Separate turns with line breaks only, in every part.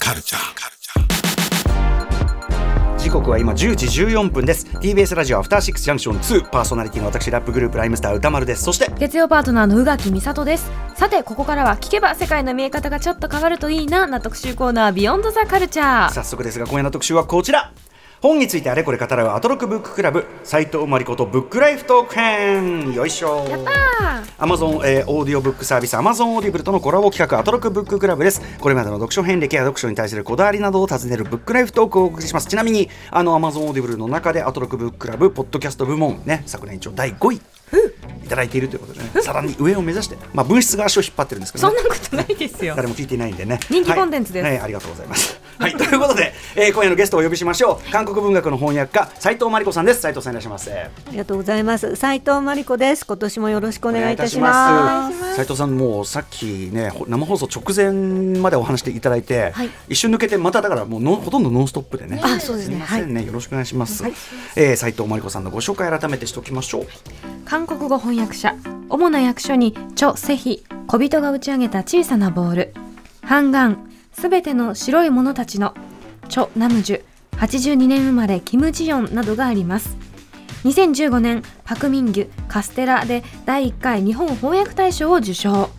カルチャー。
時刻は今10時14分です TBS ラジオアフターシックスジャンクション2パーソナリティの私ラップグループライムスター歌丸ですそして
月曜パートナーの宇垣美里ですさてここからは聞けば世界の見え方がちょっと変わるといいなな特集コーナービヨンドザカルチャー
早速ですが今夜の特集はこちら本についてあれこれ語らうアトロックブッククラブ斉藤真理子とブックライフトーク編よいしょ
あ
アマゾン、えーオーディオブックサービスアマゾンオーディブルとのコラボ企画アトロックブッククラブですこれまでの読書遍歴や読書に対するこだわりなどを尋ねるブックライフトークをお送りしますちなみにあのアマゾンオーディブルの中でアトロックブッククラブポッドキャスト部門ね昨年一応第5位いただいているということでねさらに上を目指してまあ文質が足を引っ張ってるんですけ
ー
ど
そ
ね
んなことないですよ
誰も聞いていないんでね
人気コンテンツです
はいはいありがとうございます はいということで、えー今夜のゲストをお呼びしましょう韓国文学の翻訳家斉藤真理子さんです斉藤さんいらっしゃいませ
ありがとうございます。斉藤真理子です。今年もよろしくお願いいたします。
斉藤さんもうさっきねほ生放送直前までお話していただいて、
はい
一瞬抜けてまただからもうのほとんどノンストップでね。
あ、そうです
す
ね。
みま
は
せ
い
ん。ね、よろしくお願いします。
はい
えー斉藤真理子さんのご紹介改めてしておきましょう。
韓国語翻訳者主な役所にチョ・セヒ小人が打ち上げた小さなボールハンガンすべての白い者たちのチョ・ナムジュ82年生まれキム・ジヨンなどがあります2015年パク・ミンギュカステラで第1回日本翻訳大賞を受賞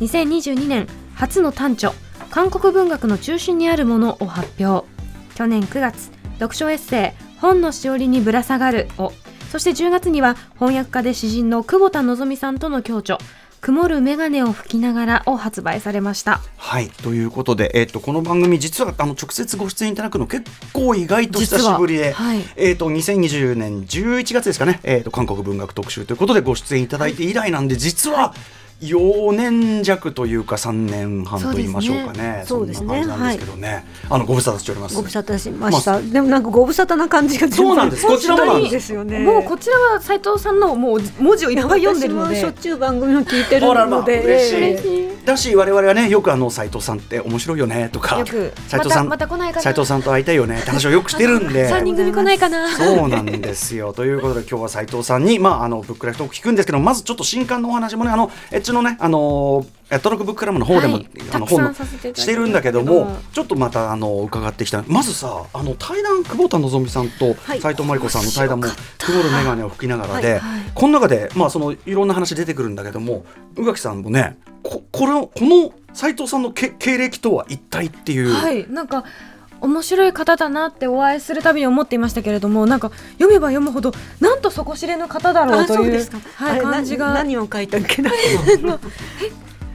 2022年初の短著韓国文学の中心にあるものを発表去年9月読書エッセイ「本のしおりにぶら下がる」をそして10月には翻訳家で詩人の久保田希さんとの共著「曇る眼鏡を拭きながら」を発売されました
はい、ということで、えっ、と、この番組実はあの直接ご出演いただくの結構意外と久しぶりで。
実ははい
えっ、と、2020年11月ですかね、えっ、と、韓国文学特集ということで、ご出演いただいて以来なんで、実は。4年弱というか3年半と言いましょうかね。
そうですね
そんな感じなんですけどね。あのご無沙汰しております。
ご無沙汰しました。でもなんかご無沙汰な感じが全然
そうなんですこちらもなんです
ないですよね。
もうこちらは斉藤さんのもう文字をいっぱい読んでるの
私もしょっ
で
ちゅう番組を聞いてる
ほらまあ
ので、
嬉しい
ええ
だし我々はねよくあの斉藤さんって面白いよねとか
よく
斉藤さん
またまた来ないかな
斉藤さんと会いたいよねって話をよくしてるん で
3人組来ないかな
そうなんですよ。ということで今日は斉藤さんに、まあ、あのブックライフトーク聞くんですけどまずちょっと新刊のお話もねあのエッチのねあのエトロクブッククラムの方でも、
はい
あの
たくさん
の
させていただいて
してるんだけど
う
も
ん
ちょっとまたあの伺っていきたいまずさあの対談久保田希さんと
はい
斉藤真理子さんの対談も曇る眼鏡を拭きながらで、
はい
この中で、まあ、そのいろんな話出てくるんだけども宇垣さんもねここれをこの斉藤さんのけ経歴とは一体っていう。
はいなんか面白い方だなってお会いするたびに思っていましたけれどもなんか読めば読むほどなんと底知れぬ方だろう
あ、
と
そう
い
で
う
すか。
は
あ
い、
れ
感じが
な何を書いたっけな。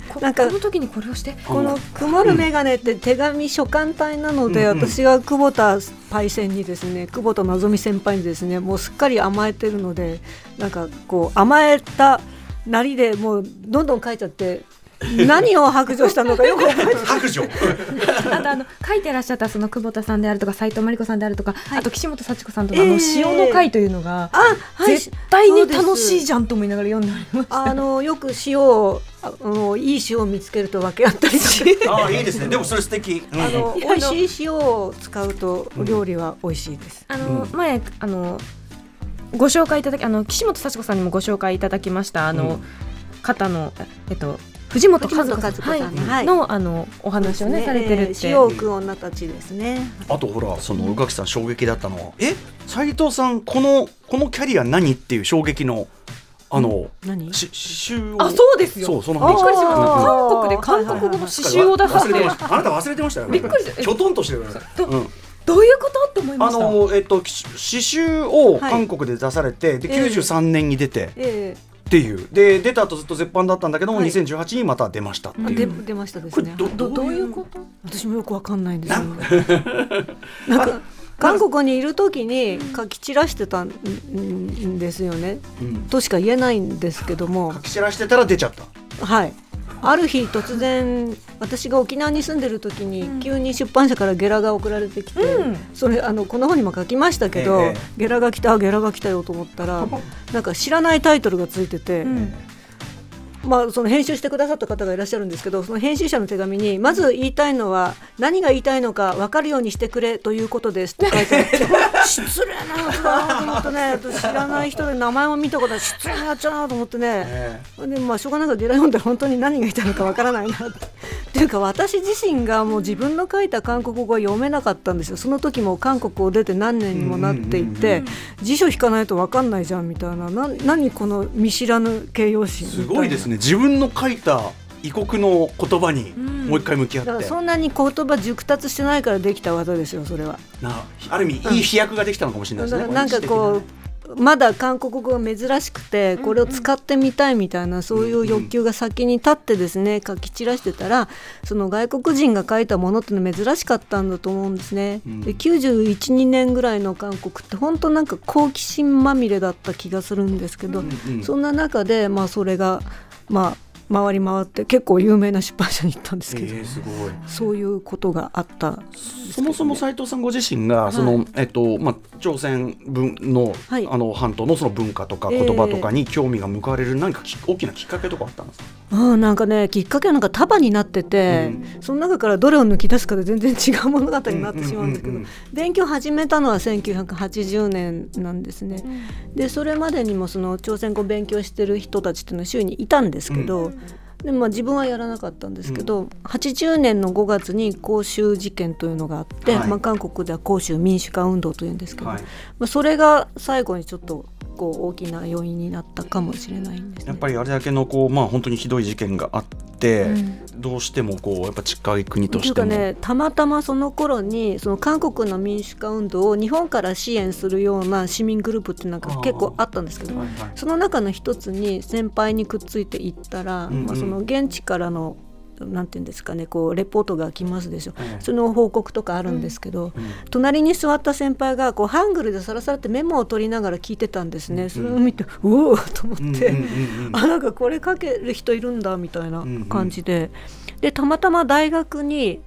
こ
なんか
この時にこれをして
あ
この曇る眼鏡って手紙初刊体なので、
うんうん
私は久保田パイセンにですね久保田なぞみ先輩にですねもうすっかり甘えてるのでなんかこう甘えたなりでもうどんどん書いちゃって何を白状したのかよ く覚えてない
白状
あとあの書いてらっしゃったその久保田さんであるとか斉藤真理子さんであるとか、あと岸本幸子さんとか
え
の
え
潮の会というのが、
あ、
絶対に楽しい
じ
じゃんと思いながら読んでおります。
ゃんあのよく塩をああのいい塩を見つけると分け合ったりし て。
ああいいですねでもそれ素敵、うんうん
あの美味しい塩を使うとお料理は美味しいです。
あの、前あのご紹介いただきあの岸本幸子さんにもご紹介いただきましたあの、
うん
方のえっと藤本和子
藤本
さ
和
ん
子さんね
は
はいい
のあのお話をねされてるって。
塩を食う女たちですね。
あとほらその宇垣さん衝撃だったのはえ斉藤さんこのこのキャリア何っていう衝撃のあの、
何
し刺繍を
あそうですよ。
そうその
びっ
話
くりしました。
あー
韓国で韓国語の刺繍を出すっ
忘れてまし
て
たあなた忘れてましたよ
びっくりした
ひょとんとしてるから
ど
うん
どういうことって思いま
あ
した。
のえっとき刺繍を
はい
韓国で出されて、で
ええ
93年に出て
え
っていうで出た後ずっと絶版だったんだけども、
はい
2018にまた出ましたって
え、
い
あ
う、
で出ましたで
こ
す
れ
ね。
ど
ど
ど
ど
う
う
い
いううこと？
私もよくわかんないんですよ。なんか韓国にいる時に書き散らしてたんんですよね。
うん
としか言えないんですけども
書、き散らしてたら出ちゃった
はい。ある日突然私が沖縄に住んでる時
うん
に急に出版社からゲラが送られてきて、
うん
それあのこの本にも書きましたけど、
ええ
ゲラが来たあゲラが来たよと思ったらなんか知らないタイトルがついてて、
うん
まあ、その編集してくださった方がいらっしゃるんですけどその編集者の手紙にまず言いたいのは何が言いたいのか分かるようにしてくれということですって書いてあって 失礼なやつだなと思ってね私知らない人で名前も見たことない失礼なやつだなと思ってね。
え
でまあ、しょうがなくゲラ読んで本当に何が言いたいのか分からないなって。 っていうか私自身がもう自分の書いた韓国語は読めなかったんですよその時も韓国を出て何年にもなっていて、辞書引かないと分かんないじゃんみたいなな何この見知らぬ形容詞
え
みた
すごいですね自分の書いた異国の言葉に
ん
もう一回向き合っ
だから
て、
そんなに言葉熟達してないからできた技ですよそれは。
なある意味いい飛躍ができたのかもしれない
だ
で
か
すね
らなんかこうまだ韓国語が珍しくてこれを使ってみたいみたいなそういう欲求が先に立ってですね書き散らしてたらその外国人が書いたものっていうのは珍しかったんだと思うんですね。
うん
で912年ぐらいの韓国って本当なんか好奇心まみれだった気がするんですけど、
うんうん
そんな中で、まあ、それが、まあ、回り回って結構有名な出版社に行ったんですけど、
ええすごい
そういうことがあった
そもそも斉藤さんご自身が
い
その、えっとまあ、朝鮮文の,、
はい
あの半島のその文化とか
ええ
言葉とかに興味が向かれる何かき大きなきっかけとかあったんですか、
うん、なんかねきっかけはなんか束になってて、その中からどれを抜き出すかで全然違う物語になってしまうんですけど、
うんうんうん
勉強始めたのは1980年なんですね。でそれまでにもその朝鮮語勉強してる人たちっていうのは周囲にいたんですけど、でまあ、自分はやらなかったんですけど、80年の5月に光州事件というのがあって、
はい
まあ、韓国では光州民主化運動というんですけど、
はい、
まあ、それが最後にちょっとこう大きな要因になったかもしれないんですね。
やっぱりあれだけのこう、まあ、本当にひどい事件があって、
うん
どうしてもこうやっぱ近い国と
とい
し
う
て
か
も。
ねたまたまその頃にその韓国の民主化運動を日本から支援するような市民グループってなんか結構あったんですけど
はいはい
その中の一つに先輩にくっついていったら、
うんうん
まあ、その現地からのなんていうんですかねこうレポートが来ますでしょ
ええ
その報告とかあるんですけど、
うん
隣に座った先輩がこうハングルでさらさらってメモを取りながら聞いてたんですねそれを見て「うおー!」と思って。
うんうんうん
あなんかこれ書ける人いるんだみたいな感じで、でたまたま大学に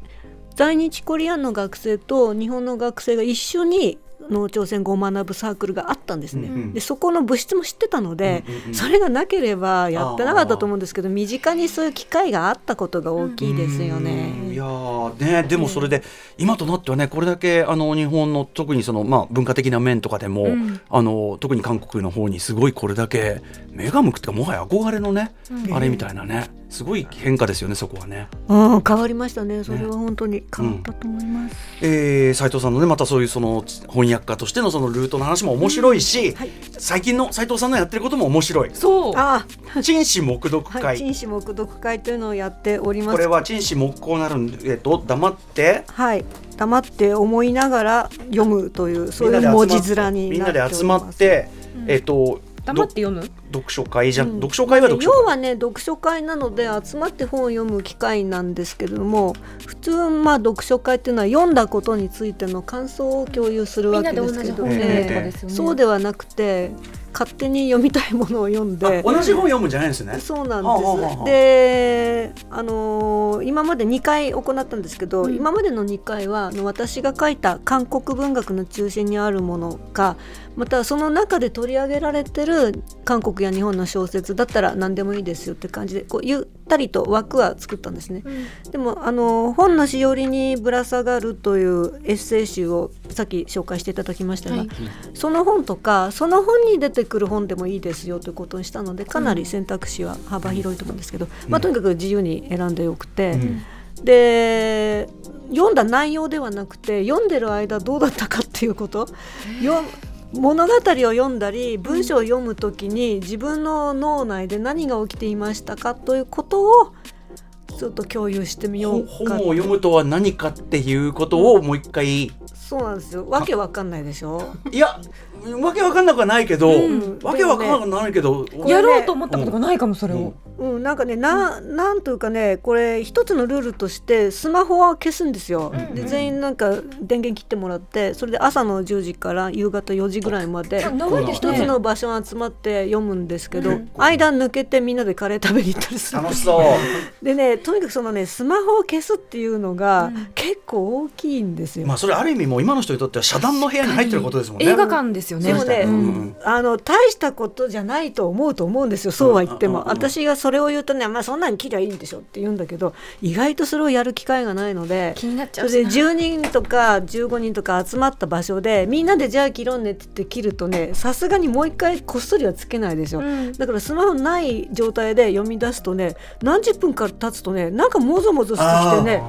在日コリアンの学生と日本の学生が一緒に農朝鮮語を学ぶサークルがあったんですね、
うんうん
でそこの部室も知ってたので、
うんうんうん
それがなければやってなかったと思うんですけど身近にそういう機会があったことが大きいですよ
うんい
ね。
やーねでもそれで、今となってはねこれだけあの日本の特にその、まあ、文化的な面とかでも、
うん
あの特に韓国の方にすごいこれだけ目が向くっていうかもはや憧れのね、
うん
あれみたいなねすごい変化ですよねそこはね。
うん、変わりましたねそれは本当に変わったと思います、
えー、斉藤さんのねまたそういうその翻訳家としてのそのルートの話も面白いし、
はい
最近の斉藤さんのやってることも面白い。
そう
あ
陳氏黙読
あ
会、
はい陳氏黙読会というのをやっております
これは陳氏黙読なるんえっと黙って
はい、黙って思いながら読むというそういう
みん
文
なで集ま
字
っ
面に
みんな
なって
で
おります
集まって、
うん
えっと
黙って読む
読書会じゃ、
うん
読書会は読書
要
会
はね読書会なので集まって本を読む機会なんですけれども普通まあ読書会っていうのは読んだことについての感想を共有する
み
わ
んな
け
で同
ですけ
じ
ど
本
え
を
え
読むと
え
か
え
ですよね
そうではなくて勝手に読みたいものを読んで
あ同じ本読むんじゃないんですね。
そうな
あああああ
ん
あ
です。で、あのー今まで2回行ったんですけど、
うん
今までの2回はあの私が書いた韓国文学の中心にあるものかまたその中で取り上げられてる韓国や日本の小説だったら何でもいいですよって感じでこうゆったりと枠は作ったんですね。でもあの本のしおりにぶら下がるというエッセイ集をさっき紹介していただきましたが、
はい
その本とかその本に出てくる本でもいいですよということにしたのでかなり選択肢は幅広いと思うんですけど、まあ、とにかく自由に選んでよくて、
うん
で読んだ内容ではなくて読んでる間どうだったかっていうこと。よ物語を読んだり文章を読むときに自分の脳内で何が起きていましたかということをちょっと共有してみよ
本
う
を
かと
読むとは何かっていうことをもう一回い
そうなんですよわけわかんないでしょ
やわけわかんなくはないけど、
うん
わけわかんなくはないけど、
ね
やろうと思ったことがないかもそれを、
うん、なんかねななんというかねこれ一つのルールとしてスマホは消すんですよ、
うん
で全員なんか電源切ってもらってそれで朝の10時から夕方4時ぐらいまで
長いです
一
ね
つの場所に集まって読むんですけど、
うん
間抜けてみんなでカレー食べに行ったりする
楽しそう。
でねとにかくそのねスマホを消すっていうのが
うん
結構大きいんですよ、
まあそれある意味もう今の人にとっては遮断の部屋に入ってることですもんね。
映画館ですですよね。
でもね、
う
うんん
あの大したことじゃないと思うと思うんですよそうは言って
う
も、
んうんうん
私がそれを言うとね、まあ、そんなに切りゃいいんでしょって言うんだけど意外とそれをやる機会がないので
気になっちゃ
そうれで
しな
10人とか15人とか集まった場所でみんなでじゃあ切ろうねって言って切るとねさすがにもう一回こっそりはつけないですよ、
うん
だからスマホない状態で読み出すとね何十分か経つとねなんかもぞもぞしてきてね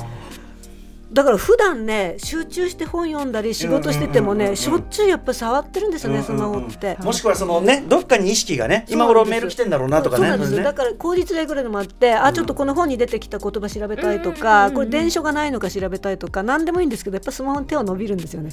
だから普段ね集中して本読んだり仕事してても
うんうんうんう
ね
ん
しょっちゅうやっぱ触ってるんですよねスマホって。
もしくはそのねどっかに意識がね今頃メール来てんだろうなとかね
そうなんですよ
ね
だから効率がいくらでもあってあちょっとこの本に出てきた言葉調べたいと
う
か
ん
これ伝書がないのか調べたいとか何でもいいんですけどやっぱスマホに手を伸びるんですよね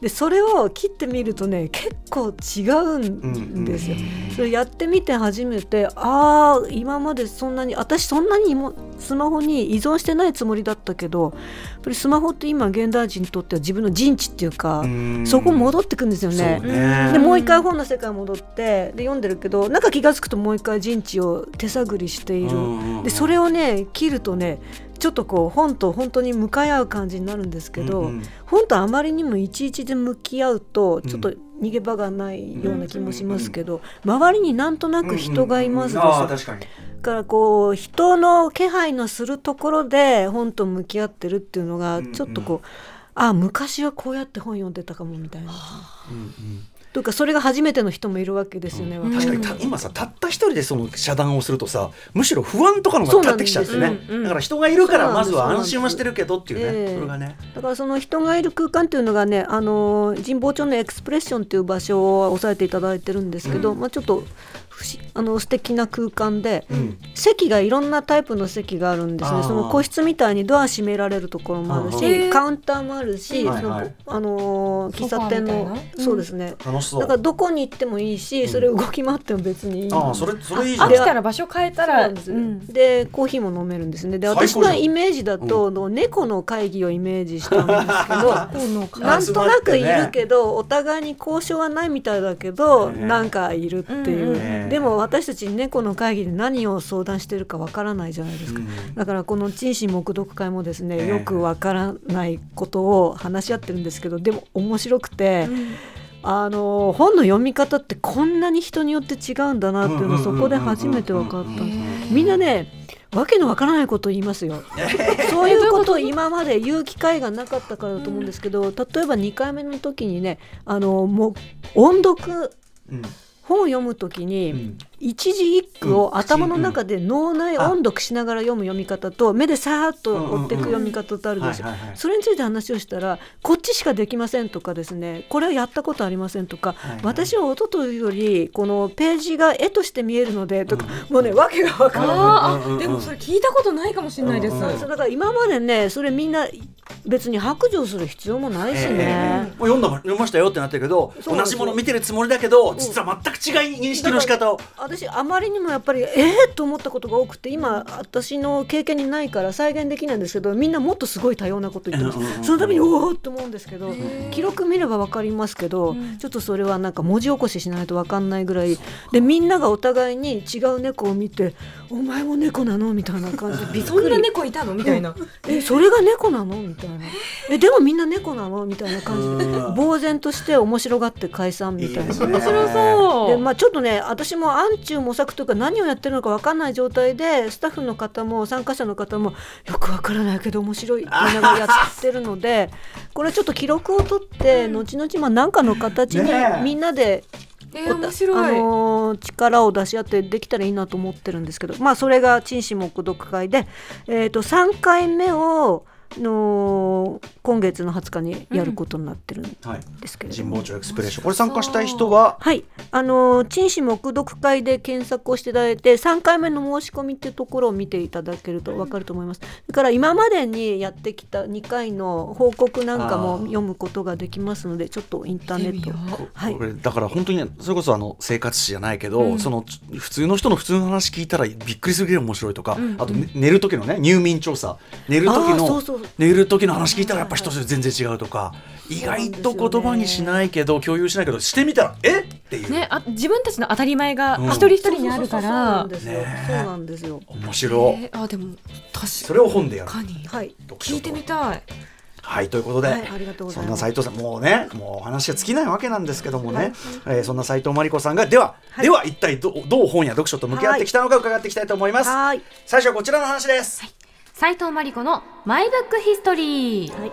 でそれを切ってみるとね結構違うんですよ、それやってみて初めてああ今までそんなに私そんなにもスマホに依存してないつもりだったけどやっぱりスマホって今現代人にとっては自分の陣地っていうか、
うん
そこ戻ってくんですよ
そう
ね
ね。
でもう一回本の世界に戻ってで読んでるけどなんか気が付くともう一回陣地を手探りしているでそれ
を
をね切るとねちょっとこう本と本当に向かい合う感じになるんですけど、本とあまりにもいちいちで向き合うと
うん
ちょっと逃げ場がないような気もしますけど、周りになんとなく人がいますでしょ、
ああ確かに
だからこう人の気配のするところで本と向き合ってるっていうのが
うん
ちょっとこう、あ昔はこうやって本読んでたかもみたいな。というかそれが初めての人もいるわけですよね。
うん
若
確
い
か
子
にた今さたった一人でその遮断をするとさむしろ不安とかの
そ
方
う
が立
な
っ
ん
て
で
き
す
ちゃってね、
うんうん
だから人がいるから
そうな
ま
んで
ず
す
は安心はしてるけどっていうね
ええ
それがね
だからその人がいる空間っていうのがね、あのー神保町のエクスプレッションっていう場所を押さえていただいてるんですけど、まあちょっと不思あの素敵な空間で、
うん
席がいろんなタイプの席があるんです
あ
ね。
ー
その個室みたいにドア閉められるところもある
うん
うん
し、カウンターもあるし、
はい
その
はい
あのー喫茶店
ソファーみ
の
たいなうん
そうですね。
楽しそう
だからどこに行ってもいいし、それ動き回っても別にいい。
ああそれそれいいじゃ
飽
ん
きたら場所変えた
そうな
ら、
んです
うん
でコーヒーも飲めるんですねで
最高
私
じゃん
のイメージだと、猫の会議をイメージした んです
この
けどなん
集
と
まっ
な
て
く
ね
いるけどお互いに交渉はないみたいだけど、
ね
なんかいるってい
う
う、
ん
うん
でも私たち猫の会議で何を相談してるかわからないじゃないですか。
うん
だからこの陳氏黙読会もです
ええ
ねよくわからないことを話し合ってるんですけどでも面白くて、あの本の読み方ってこんなに人によって違うんだなっていうのをそこで初めて分かったんですみんなね、わけのわからないことを言いま すよ。そういうことを今まで言う機会がなかったからだと思うんですけど、例えば2回目の時にね、あのもう音読
うん
本を読む時
う
に
ん
一字一句
うん
を頭の中で脳内音読しながら読む読み方と目でさーっと追っていく読み方とあるでしょ
はいはいはい
それについて話をしたらこっちしかできませんとかですねこれはやったことありませんとか
はいはい
私は音というよりこのページが絵として見えるのでとかもうね訳が分からない
あー
うんうんうんうん
あでもそれ聞いたことないかもしれないです。
うん
そうそうだから今までねそれみんな別に白状する必要もないし
ええ
ね。
もう読んだも読みましたよってなったけど
そう
同じもの見てるつもりだけど実は全く違い認識の仕方を
私あまりにもやっぱりええと思ったことが多くて今私の経験にないから再現できないんですけどみんなもっとすごい多様なこと言ってます、
うんうんうん
そのためにおおって思うんですけど
へえ
記録見れば分かりますけど、
うん
ちょっとそれはなんか文字起こししないと分かんないぐらいでみんながお互いに違う猫を見て「お前も猫なの?」みたいな感じでびっ
そ
く
んな
り
猫いたのみたいな。
えそれが猫なのみたいなえでもみんな猫なのみたいな感じで
うん
呆然として面白がって解散みたいな。
ね
面白そう。
でまあ、ちょっとね私も暗中模索というか何をやってるのか分かんない状態でスタッフの方も参加者の方もよく分からないけど面白いって言いながらやってるのでこれちょっと記録を取って後々まあ何かの形に
ねえ
みんなで
えー面
あ
白い。
のー力を出し合ってできたらいいなと思ってるんですけど、まあ、それが陳氏目読会で、えー、と3回目を、のー今月の20日にやることになってるん
はい
ですけれど
神
も。
保町エクスプレッションこれ参加したい人は
はい、あのー陳氏目読会で検索をしていただいて3回目の申し込みってところを見ていただけると分かると思いますだから今までにやってきた2回の報告なんか
あ
も
ー
読むことができますのでちょっとインターネットを
ト。
はい
これだから本当にねそれこそあの生活史じゃないけど、
うん
そのち普通の人の普通の話聞いたらびっくりするぐらい面白いとか、
うん
あと、ね寝る時のね入眠調査寝る時
あー
の
そうそう
寝る時の話聞いたらやっぱ人それぞれ全然違うとか意
うなんです
外
よね
と言葉にしないけど共有しないけどしてみたらえっていう、
ねあ自分たちの当たり前が
うん
一人一人にあるか
そ
ら
う。そうそうそう
ね
そうなんですよ。そうなんですよ。
面白い、
えーあでも
そ
確
れを本でやる
かに
はい。
読書と
聞いてみたい。
はいということで、
はいありがとうござ
そ
い
ん
ま
な
す
斉藤さんもうねもうお話が尽きないわけなんですけどもね、えーそんな斉藤真理子さんがでは、では一体どどう本や読書と向き合ってきたのか伺っていきたいと思います、
はい
最初はこちらの話です、
斉藤真理子のマイブックヒストリー。
はい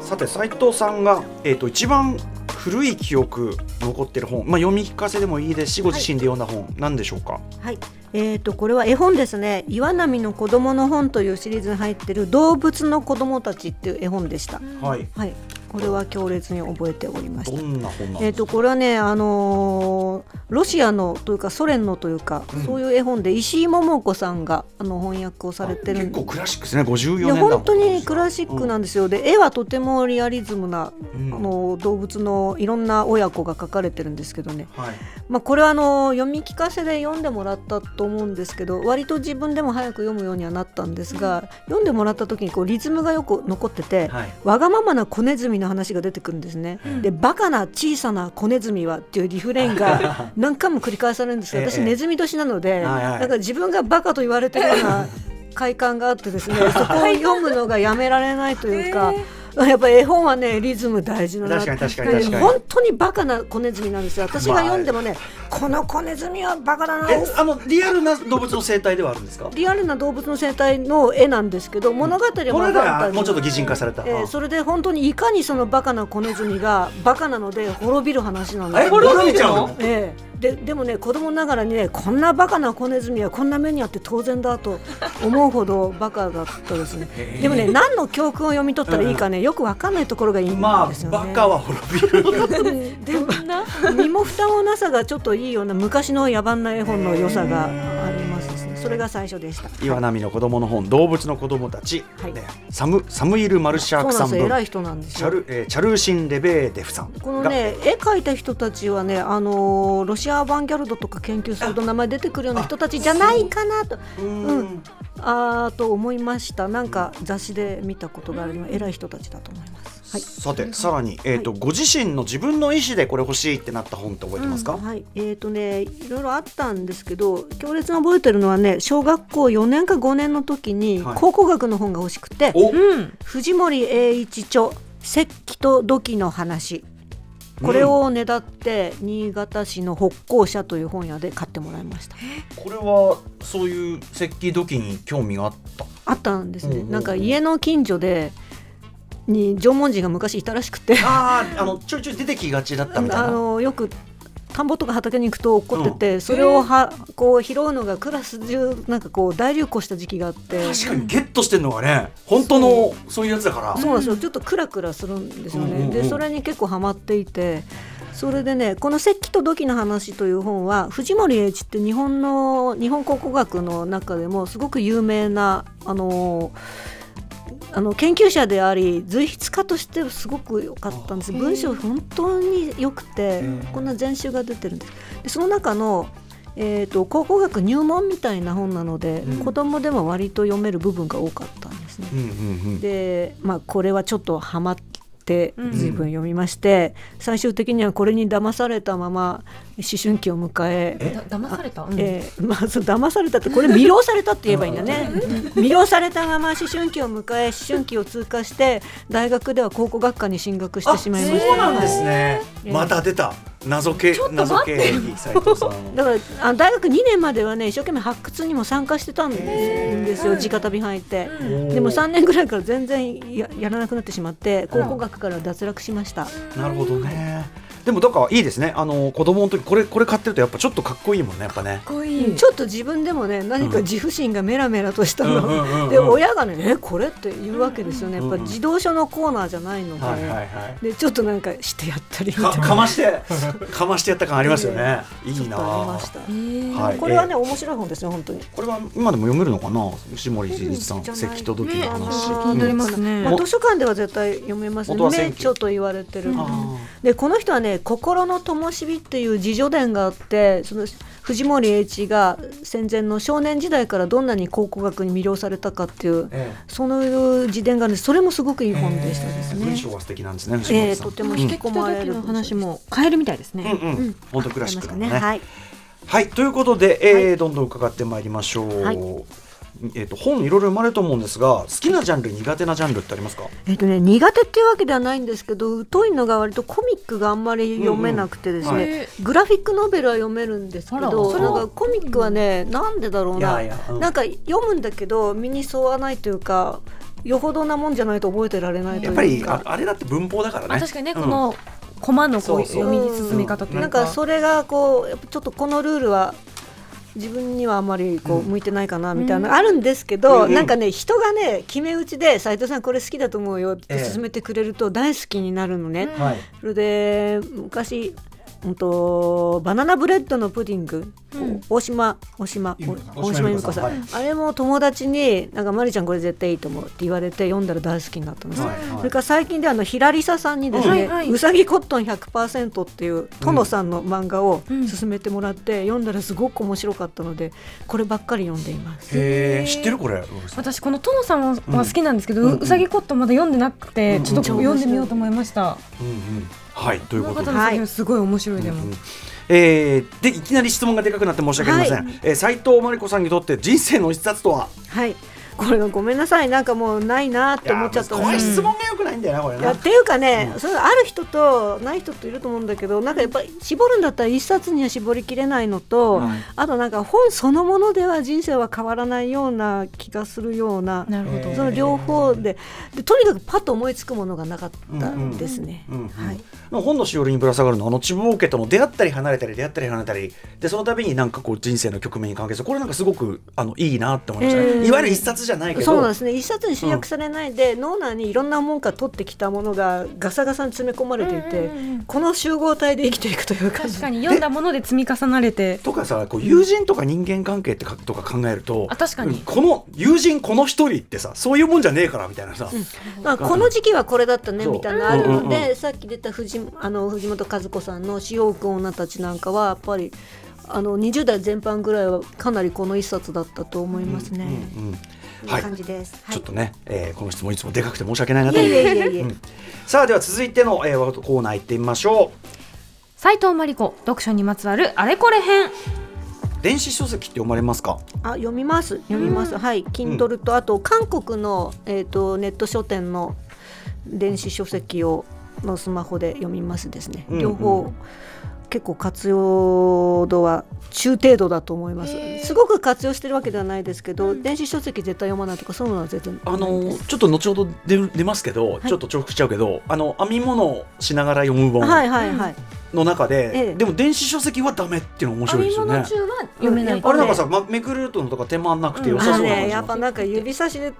さて斉藤さんが、えー、と一番古い記憶残ってる本、まあ、読み聞かせでもいいですしご自身で読んだ本なんでしょうか、
はい、えー、とこれは絵本ですね「岩波の子供の本」というシリーズに入ってる「動物の子供たち」っていう絵本でした、
はい
はい、これは強烈に覚えておりまし
ど
た
んな本なん
え
で
ー、
す
とこれはね、あのーロシアのというかソ連のというか、
うん
そういう絵本で石井桃子さんがあの翻訳をされてる
結
んで
構クラシックですね54
い
年
や
だもん
本当にクラシックなんですよ、で絵はとてもリアリズムな、
うん
あの動物のいろんな親子が描かれてるんですけどね、
はい
まあ、これはあの読み聞かせで読んでもらったと思うんですけど割と自分でも早く読むようにはなったんですが、読んでもらった時にこうリズムがよく残ってて、
はい
わがままな子ネズミの話が出てくるんですね。
うん
でバカな小さな子ネズミはっていうリフレイン が何回も繰り返されるんですが
ええ
私ネズミ年なので、
はいはい
なんか自分がバカと言われてるような快感があっ てですねそこを読むのがやめられないというか、やっぱ絵本はねリズム大事だなって
確かに確かに確かに
本当にバカな子ネズミなんですよ私が読んでもね、この子ネズミはバカだな
えあのリアルな動物の生態ではあるんですか
リアルな動物の生態の絵なんですけど物語は
こ
まあ
れ
ファンタ
が
ジー
もうちょっと擬人化された、
えー
あ
それで本当にいかにそのバカな子ネズ ミがバカなので滅びる話なんです
え
よ
滅びちゃうの
ええででもね子供ながらにねこんなバカな子ネズミはこんな目にあって当然だと思うほどバカだったです ねでもね何の教訓を読み取ったらいいかねよくわかんないところがいいん
ま
です
あ
よね、
バカは滅びる
でも身も蓋もなさがちょっといいような昔の野蛮な絵本の良さがありますねそれが最初でした
岩波の子供の本動物の子供たち、
はい
ねサムサムイル・マルシャーク
そう
さ
なん
ん
ですよ
文
偉い人なんです
チ
よ
ャル、えーチャルーシン・レベーデフさんが
このね絵描いた人たちはねあのーロシアアバンギャルドとか研究すると名前出てくるような人たちじゃないかなと
うーん
うんあーと思いましたなんか雑誌で見たことがあるの偉い人たちだと思います。はい
さてさらに、えーとご自身の自分の意思でこれ欲しいってなった本って覚えてますか、
はい、えーとね、いろいろあったんですけど強烈に覚えてるのはね小学校4年か5年の時に
はい
考古学の本が欲しくて、
お
うん。
藤森栄一著「石器と土器の話」これをねだって新潟市の北港社という本屋で買ってもらいました。
これはそういう石器土器に興味があった
あったんです
うん
ね
うんうん
なんか家の近所でに縄文人が昔いたらしくて
あーあのちょいちょい出てきがちだったみたい
あ
な
のよく田んぼとか畑に行くと怒ってて、それをはこう拾うのがクラス中なんかこう大流行した時期があって。
確かにゲットしてるのがね本当のそういうやつだから
そうなんですよちょっとクラクラするんですよね、
うんうんうん
でそれに結構ハマっていてそれでねこの「石器と土器の話」という本は藤森英一って日本の日本考古学の中でもすごく有名なあのあの研究者であり随筆家としてすごく良かったんです
へえ
文章本当に良くて
うん
こんな全集が出てるんですでその中の、えー、と考古学入門みたいな本なので、
うん
子供でも割と読める部分が多かったんですね
うんうんうん
で、まあ、これはちょっとハマって
うん
随分読みまして、最終的にはこれに騙されたまま思春期を迎え
え
だ騙された。うん
えーまあ、そう騙されたってこれ魅了されたって言えばいいんだね魅了されたまま思春期を迎え思春期を通過して大学では考古学科に進学してしまいました
そうなんですね
えー
また出た謎系
ょっと
謎
待
系
っ
斉
て
藤さん
だからあ大学2年まではね一生懸命発掘にも参加してたんです
へ
ですよ直旅履いて。
うん
でも3年ぐらいから全然ややらなくなってしまって考古学から脱落しました。
なるほどねでもだからいいですねあの子供の時これこれ買ってるとやっぱちょっとかっこいいもんねやっぱね
かっこいい。
ちょっと自分でもね何か自負心がメラメラとしたの、
うんうんうん
で親がね「えこれ?」って言うわけですよねやっぱ
うんうん
自動車のコーナーじゃないので,、
はいはいはい
でちょっとなんかしてやったりみたい
か
な
かまして かましてやった感ありますよね。いい
ちょ
な
っとありま
あ。
した
えー
はい
これはね面白い本ですよ本当に。
これは今でも読めるのかな、石森一一さん、
じゃ
石
ない
器と土器の
ね
話。
あー気になりますね
まあ、図書館では絶対読めますね
元は
名
1900
著と言われてる、
あ
でこの人はね「心の灯火」っていう自叙伝があってその藤森栄一が戦前の少年時代からどんなに考古学に魅了されたかっていう
え
その自伝があるんですそれもすごくいい
え
本でしたですね。
文章が素敵なんですね。藤
え
森
え
さん
とても
うん
引き込まれる
の話も変えるみたいですね。
うんうん、本当クラシックだね。
はい、
はい、ということで、えーどんどん伺ってまいりましょう。
はい
えっと本いろいろ生まれると思うんですが好きなジャンル苦手なジャンルってありますか
えっとね、苦手っていうわけではないんですけど疎いのが割とコミックがあんまり読めなくてですね、
うんうん
はい
グラフィックノベルは読めるんですけ
あら
ど
それ
な
は
んかコミックはねなんでだろうな
や、う
なんか読むんだけど身に沿わないというかよほどなもんじゃないと覚えてられないと
や
い
っ
う
ぱ
か
りああれだって文法だから
あ
ね
確かにね、
うん
このコマのこ
そううそう
読み進み方というか
なんかそれがこうやっぱちょっとこのルールは自分にはあんまりこう
うん
向いてないかなみたいなのあるんですけど、
うんうん
なんかね人がね決め打ちで斉藤さんこれ好きだと思うよって
ええ
勧めてくれると大好きになるのね、
うん
はい
それで昔、うん、とバナナブレッドのプディング、
うん
大島大島
ゆうこさん
大島由美子さん、
大島由美子
あれも友達に「なんかマリちゃんこれ絶対いいと思う」って言われて読んだら大好きになったんですよ、
はいはい
それから最近ではあのひらりささんにですね、
はいはいう
さぎコットン100%っていう殿さんの漫画を
うん
勧めてもらって、読んだらすごく面白かったのでこればっかり読んでいます。
へえ知ってるこれ
私この殿さんは
うん
好きなんですけど、う
うんうん
うさぎコットンまだ読んでなくて、
うん
ちょっと読んでみようと思いました。
うんうんはいと
こ
いう
の
ことで
方の作品すごい面白いでも。
うんうんえーでいきなり質問がでかくなって申し訳ありません、
は
えー斉藤真理子さんにとって人生の一冊とは
はいこれがごめんなさいなんかもうないなって思っちゃった
い
ん
やーこれ
です
質問がよくないんだよなこれ
いや
な
っていうかね、
うん
それある人とない人といると思うんだけどなんかやっぱり絞るんだったら一冊には絞りきれないのと、
はい
あとなんか本そのものでは人生は変わらないような気がするような
なるほど。
えー
その両方ででとにかくパッと思いつくものがなかったんですね。
うんうん
はい
本のしおりにぶら下がるのあのちぼうけとの出会ったり離れたり出会ったり離れたりでその度になんかこう人生の局面に関係するこれなんかすごくあのいいなって思いましたね、
えー
いわゆる一冊じゃないけど
そうなんですね一冊に集約されないで、脳内にいろんなもんから取ってきたものがガサガサに詰め込まれていて、
うんうんうん
この集合体で生きていくというか
確かに読んだもので積み重なれて。
とかさこう友人とか人間関係ってかとか考えると
あ確かに
うんこの友人この一人ってさそういうもんじゃねえからみたいなさ、
まあ、この時期はこれだったね
そう
みたいなのあるので、
うんうんう
さっき出た藤あの藤本和子さんの「潮を吹く女たち」なんかはやっぱりあの20代前半ぐらいはかなりこの一冊だったと思いますね。
うんうん
こん
は
ない感じです、は
ち
い
ょっとね、えーこの質問いつもでかくて申し訳ないなと
い
思
えい
って
えいえいえ
うんさあでは続いての、えーコーナー行ってみましょう
斉藤真理子読書にまつわるあれこれ編。
電子書籍って読まれますか
あ読みます読みます、
うん
はい、Kindle とあと韓国のえっ、とネット書店の電子書籍をのスマホで読みますですね。
うんうん
両方、結構活用度は中程度だと思います。すごく活用してるわけではないですけど、電子書籍絶対読まないとかそういうのは絶対
あ
ないで
の
す。
ちょっと後ほど出出ますけど、ちょっと重複しちゃうけどあの編み物をしながら読む本
はいはいはい。
の中で、
ええ
でも電子書籍はダメっていうの面白いですよね。
は
読めない
あれなんかさ、ま、めくるのとか手間なくて良
ん
さ
あ
そ
の
うな感
ね
じし
や
ま
っ
す
ぱなんか指差しで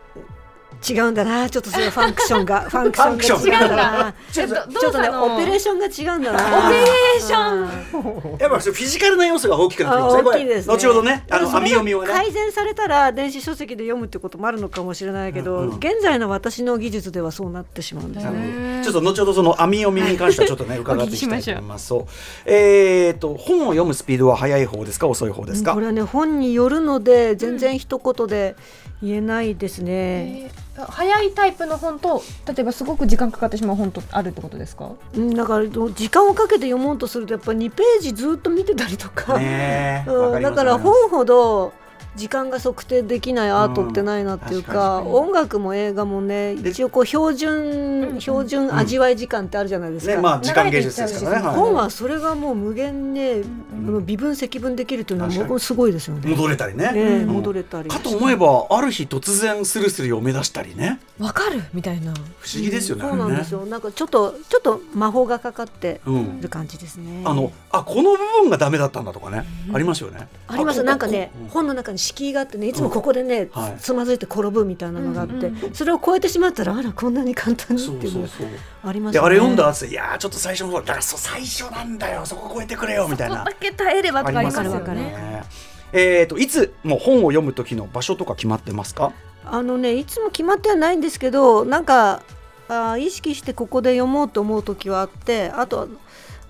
違うんだなちょっとそのファンクションがファンクションが違うんだな。
ちょっと
ちょっとねオペレー
シ
ションが違うんだ
オ
な。
ペレーション
ン。
やっぱそうフィジカルな要素が大 きくなってきますね
あ大きいですね
これ後ほどねあの
そ
編
れ
み
が
読みをね。
改善されたら電子書籍で読むってこともあるのかもしれないけど、
うんうん
現在の私の技術ではそうなってしまうんです
な
ね。
るほど
ね
ちょっと後ほどその編み読みに関してはちょっと ね伺っていきたいと思います。そうえー、と本を読むスピードは速い方ですか遅い方ですか
こ。れはね本によるので全然一言で言えないですね、
早いタイプの本と例えばすごく時間かかってしまう本とあるってことですか
うん、だから時間をかけて読もうとするとやっぱり2ページずっと見てたりとか、
ねえわ
うん
ります
だから本ほど時間が測定できないアートってないなっていうか,、
うん確かに
音楽も映画もね
で
一応こう標
うん
準標準味わい時間ってあるじゃないですか、
ねまあ時間芸術ですからね。い
本はそれがもう無限ね、
ん
あの微分積分できるというのは
確かに
もうすごいですよね。
戻れたりね。
ね
うん
戻れたり
かと思えばある日突然スルスル読み出したりね
わかるみたいな
不思議ですよね、
そうなんです
あ
よ。なんかちょっとちょっと魔法がかかって
れねうん
る感じですね。
あのあこの部分がダメだったんだとかね、ありますよね
ありま
あ
す
こ
なんかね
ここ
本の中に敷居があってねいつもここでね、
うんはい
つつまずいて転ぶみたいなのがあって、
うん
それを超えてしまったらあらこんなに簡単に
そ
っ
う
て
そ
いううの
そう
あります
で
よね。
あれ読んだ後でいやーちょっと最初の方だからそう最初なんだよそこ超えてくれよみたいな
だけ耐えればとかありますよ
ありますよ
ね
えー、といつもう本を読む時の場所とか決まってますか
あのねいつも決まってはないんですけどなんかあー意識してここで読もうと思う時はあってあと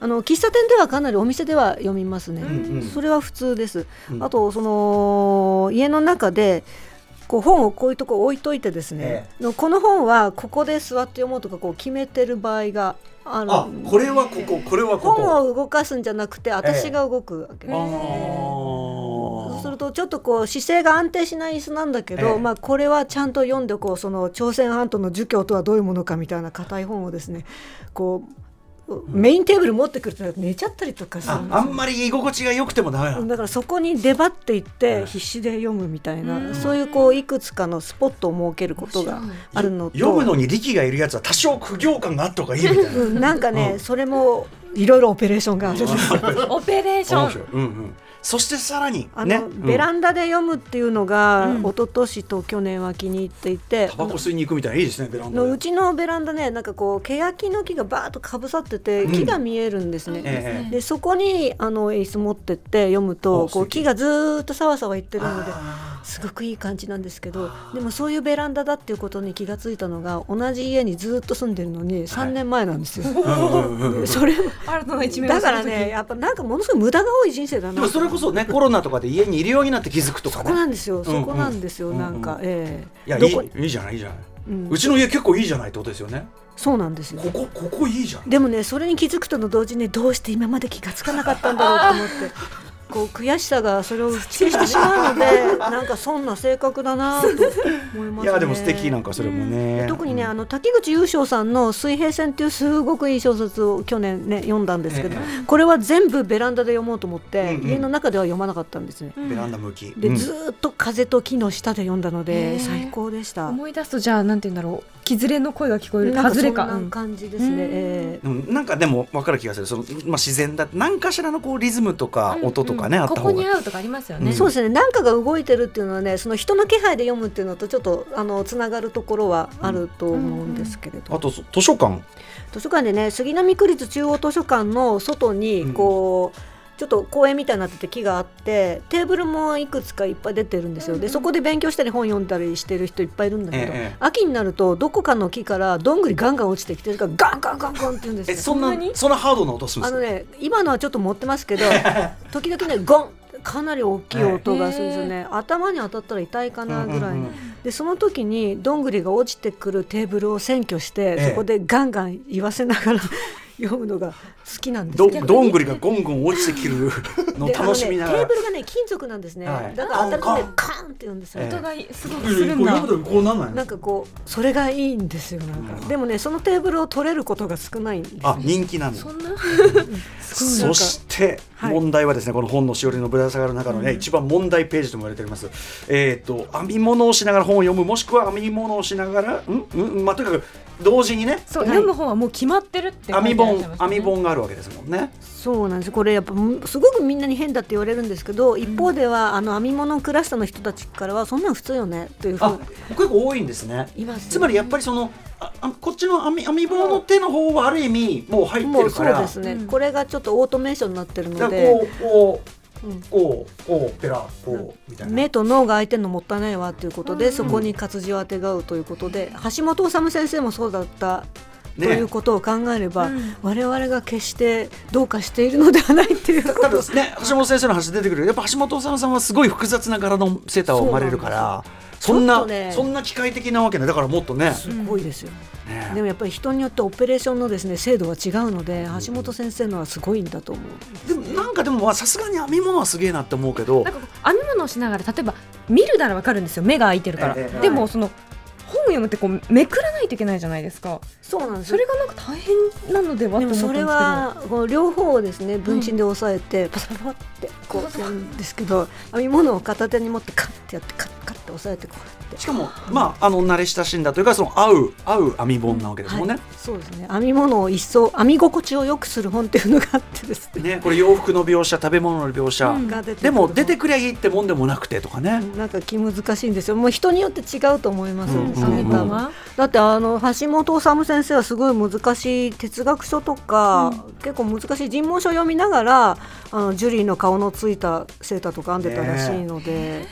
あの喫茶店ではかなりお店では読みますね、
うんうん
それは普通です、
うん
あとその家の中でこう本をこういうとこ置いといてですね
え、
のこの本はここで座って読もうとかこう決めてる場合がある
あこれはこここれはここ
本を動かすんじゃなくて私が動くわけです、
あー
そるとちょっとこう姿勢が安定しない椅子なんだけど、
ええ
まあ、これはちゃんと読んでこうその朝鮮半島の儒教とはどういうものかみたいな硬い本をですねこうメインテーブル持ってくると寝ちゃったりとかする
あ
んです
あ
よ
んまり居心地が良くてもダメなの
だからそこに出張っていって必死で読むみたいな、
うん
そういうこういくつかのスポットを設けることがあるのと
読むのに力がいるやつは多少苦行感があった方がいいみたいな
うんなんかね、
うん
それもいろいろオペレーションがあるんです
オペレーショ
面
ン
白い、うんうん、そしてさらに
あの、
ね
ベラ
ン
ンダで読むっていうのが、
うん
一昨年と去年は気に入っていて
タバコ吸いに行くみたいないいですねベランダ
の
で
うちのベランダねなんかこうケヤキの木がバーッとかぶさってて
うん
木が見えるんですね。
ええ
でそこにあの椅子持ってって読む
お
とこ
素
う
敵
木がずーっとさわさわいってるので
あ
すごくいい感じなんですけどでもそういうベランダだっていうことに気がついたのが同じ家にずーっと住んでるのに3年前なんですよ。
ーうんうんうんうん
それ
新たな一面を
だ
知る
からねやっぱなんかものすごい無駄が多い人生だ
で
な
もそれこそねコロナとかで家にいるようになって気づくと
そ
か
こな
ね
んですよ、そこなんですよ、
うんうん
なんか、
うん
ええ
いやい
どこに
いいいじゃないいいじゃない、
うん
うちの家結構いいじゃないってことですよね
そうなんですよ
ここここいいじゃん
でもねそれに気づくとの同時にどうして今まで気がつかなかったんだろうと思ってこう悔しさがそれを否定してしまうのでなんかそんな性格だなと思いますね
いやでも素敵なんかそれもね、
特にね、
うん
あの滝口優勝さんの「水平線」っていうすごくいい小説を去年ね読んだんですけど、
え
これは全部ベランダで読もうと思って、
うんうん
家の中では読まなかったんですね。
ベランダ向き
で、
うん
ずーっと風と木の下で読んだの
へー
で最高でした。
思い出すとじゃあなんて言うんだろうきずれの声が聞こえる
なんか
外
そ
れ
ん
か
な感じです
うん
ね。え
でもなんかでも分かる気がするその、まあ、自然だ何かしらのこうリズムとか
うん
音とかね、
うん
あった
ここ
方
に
が
合うとかありますよね、
う
え
ん
そうですね。なんかが動いてるっていうのはね、その人の気配で読むっていうのとちょっとあのつながるところはあると思うんですけれど。
あとそ図書館
図書館でね、杉並区立中央図書館の外
うん
にこう。ちょっと公園みたいになってて木があってテーブルもいくつかいっぱい出てるんですよ、
うんう
で
ん
そこで勉強したり本読んだりしてる人いっぱいいるんだけど、
ええ
秋になるとどこかの木からどんぐりガンガン落ちてきてるからガンガンガンガンって言うんです
え
よ
そんな
そんなに
そんなハードな音する
あ
ん
の
ですか
ね今のはちょっと持ってま すけど時々ねゴンかなり大きい音がするんですよね、頭に当たったら痛いかなぐらいの、
うんうんうん
でその時にどんぐりが落ちてくるテーブルを占拠して、
ええ
そこでガンガン言わせながら 読むのが好きなんです
ど
で
どんぐりがゴンゴン落ちてきるのを
あの
楽しみなが
ね、
ら
テーブルがね金属なんですね、
はい
だから当たるとね
カン
カーンって言うんですよ、
ええ
音がいすごくす
う
る
ん
ん
こう
だ
読むとこうなんないの
なんかこうそれがいいんですよなんか、
うん
でもねそのテーブルを取れることが少ないんです
あ人気なんだ
そんなすごい
そして
はい
問題はですね、この本のしおりのぶら下がる中のね、一番問題ページとも言われております、えっ、と編み物をしながら本を読むもしくは編み物をしながらうんうんまあとにかく同時にね
そう、
はい
読む本はもう決まってるって書
編
いてあ
み本、
りましたね
編み本があるわけですもんね
そうなんですこれやっぱむすごくみんなに変だって言われるんですけど一方では、あの編み物クラスターの人たちからはそんなん普通よねというふう
あ
に
結構多いんですね
言います
つまりやっぱりそのああこっちの編み編み棒の手の方はある意味もう入って
もう
る
そ
か
う
ら
ですね、
うん
これがちょっとオートメーションになってる
だ
の
から
で
こうこ
うん
うこうこうペラこうみたいな
目と脳が空いてるのもったいないわということで、
うん
そこに活字をあてがうということで橋本治先生もそうだったと
ね
いうことを考えれば、
うん
我々が決してどうかしているのではないっていうこ
ただ
と
ね橋本先生の話出てくるやっぱ橋本さんさんはすごい複雑な柄のセーターを生まれるからそん
ちょ
な、
っとね
そんな機械的なわけねだからもっとね
すごいですよ、
ね
でもやっぱり人によってオペレーションのですね精度は違うので橋本先生のはすごいんだと思う。
でもなんかでもまあさすがに編み物はすげえなって思うけど
なんかこう編み物をしながら例えば見るならわかるんですよ目が開いてるから、
ええ
でもその本を読むってこうめくらないといけないじゃないですか
そうなんです
それがなんか大変なのでは
で
と思ったんで
も
すけど
それはこう両方をですね文鎮で押さえてパサパサってこうやるんですけど編み物を片手に持ってカッてやってカッカッて押さえてこうやって
しかもまああの慣れ親しんだというかその合う合う編み物なわけですもんね、
はい、そうですね編み物を一層編み心地を良くする本っていうのがあってですね
ねこれ洋服の描写食べ物の描写、
うん
が出てくる
でも出てくりゃいいってもんでもなくてとかね、
なんか気難しいんですよもう人によって違うと思います、
うん
編み
編み
方
物
は
は
だってあの橋本治先生はすごい難しい哲学書とか、結構難しい尋問書を読みながらあのジュリーの顔のついたセーターとか編んでたらしいので。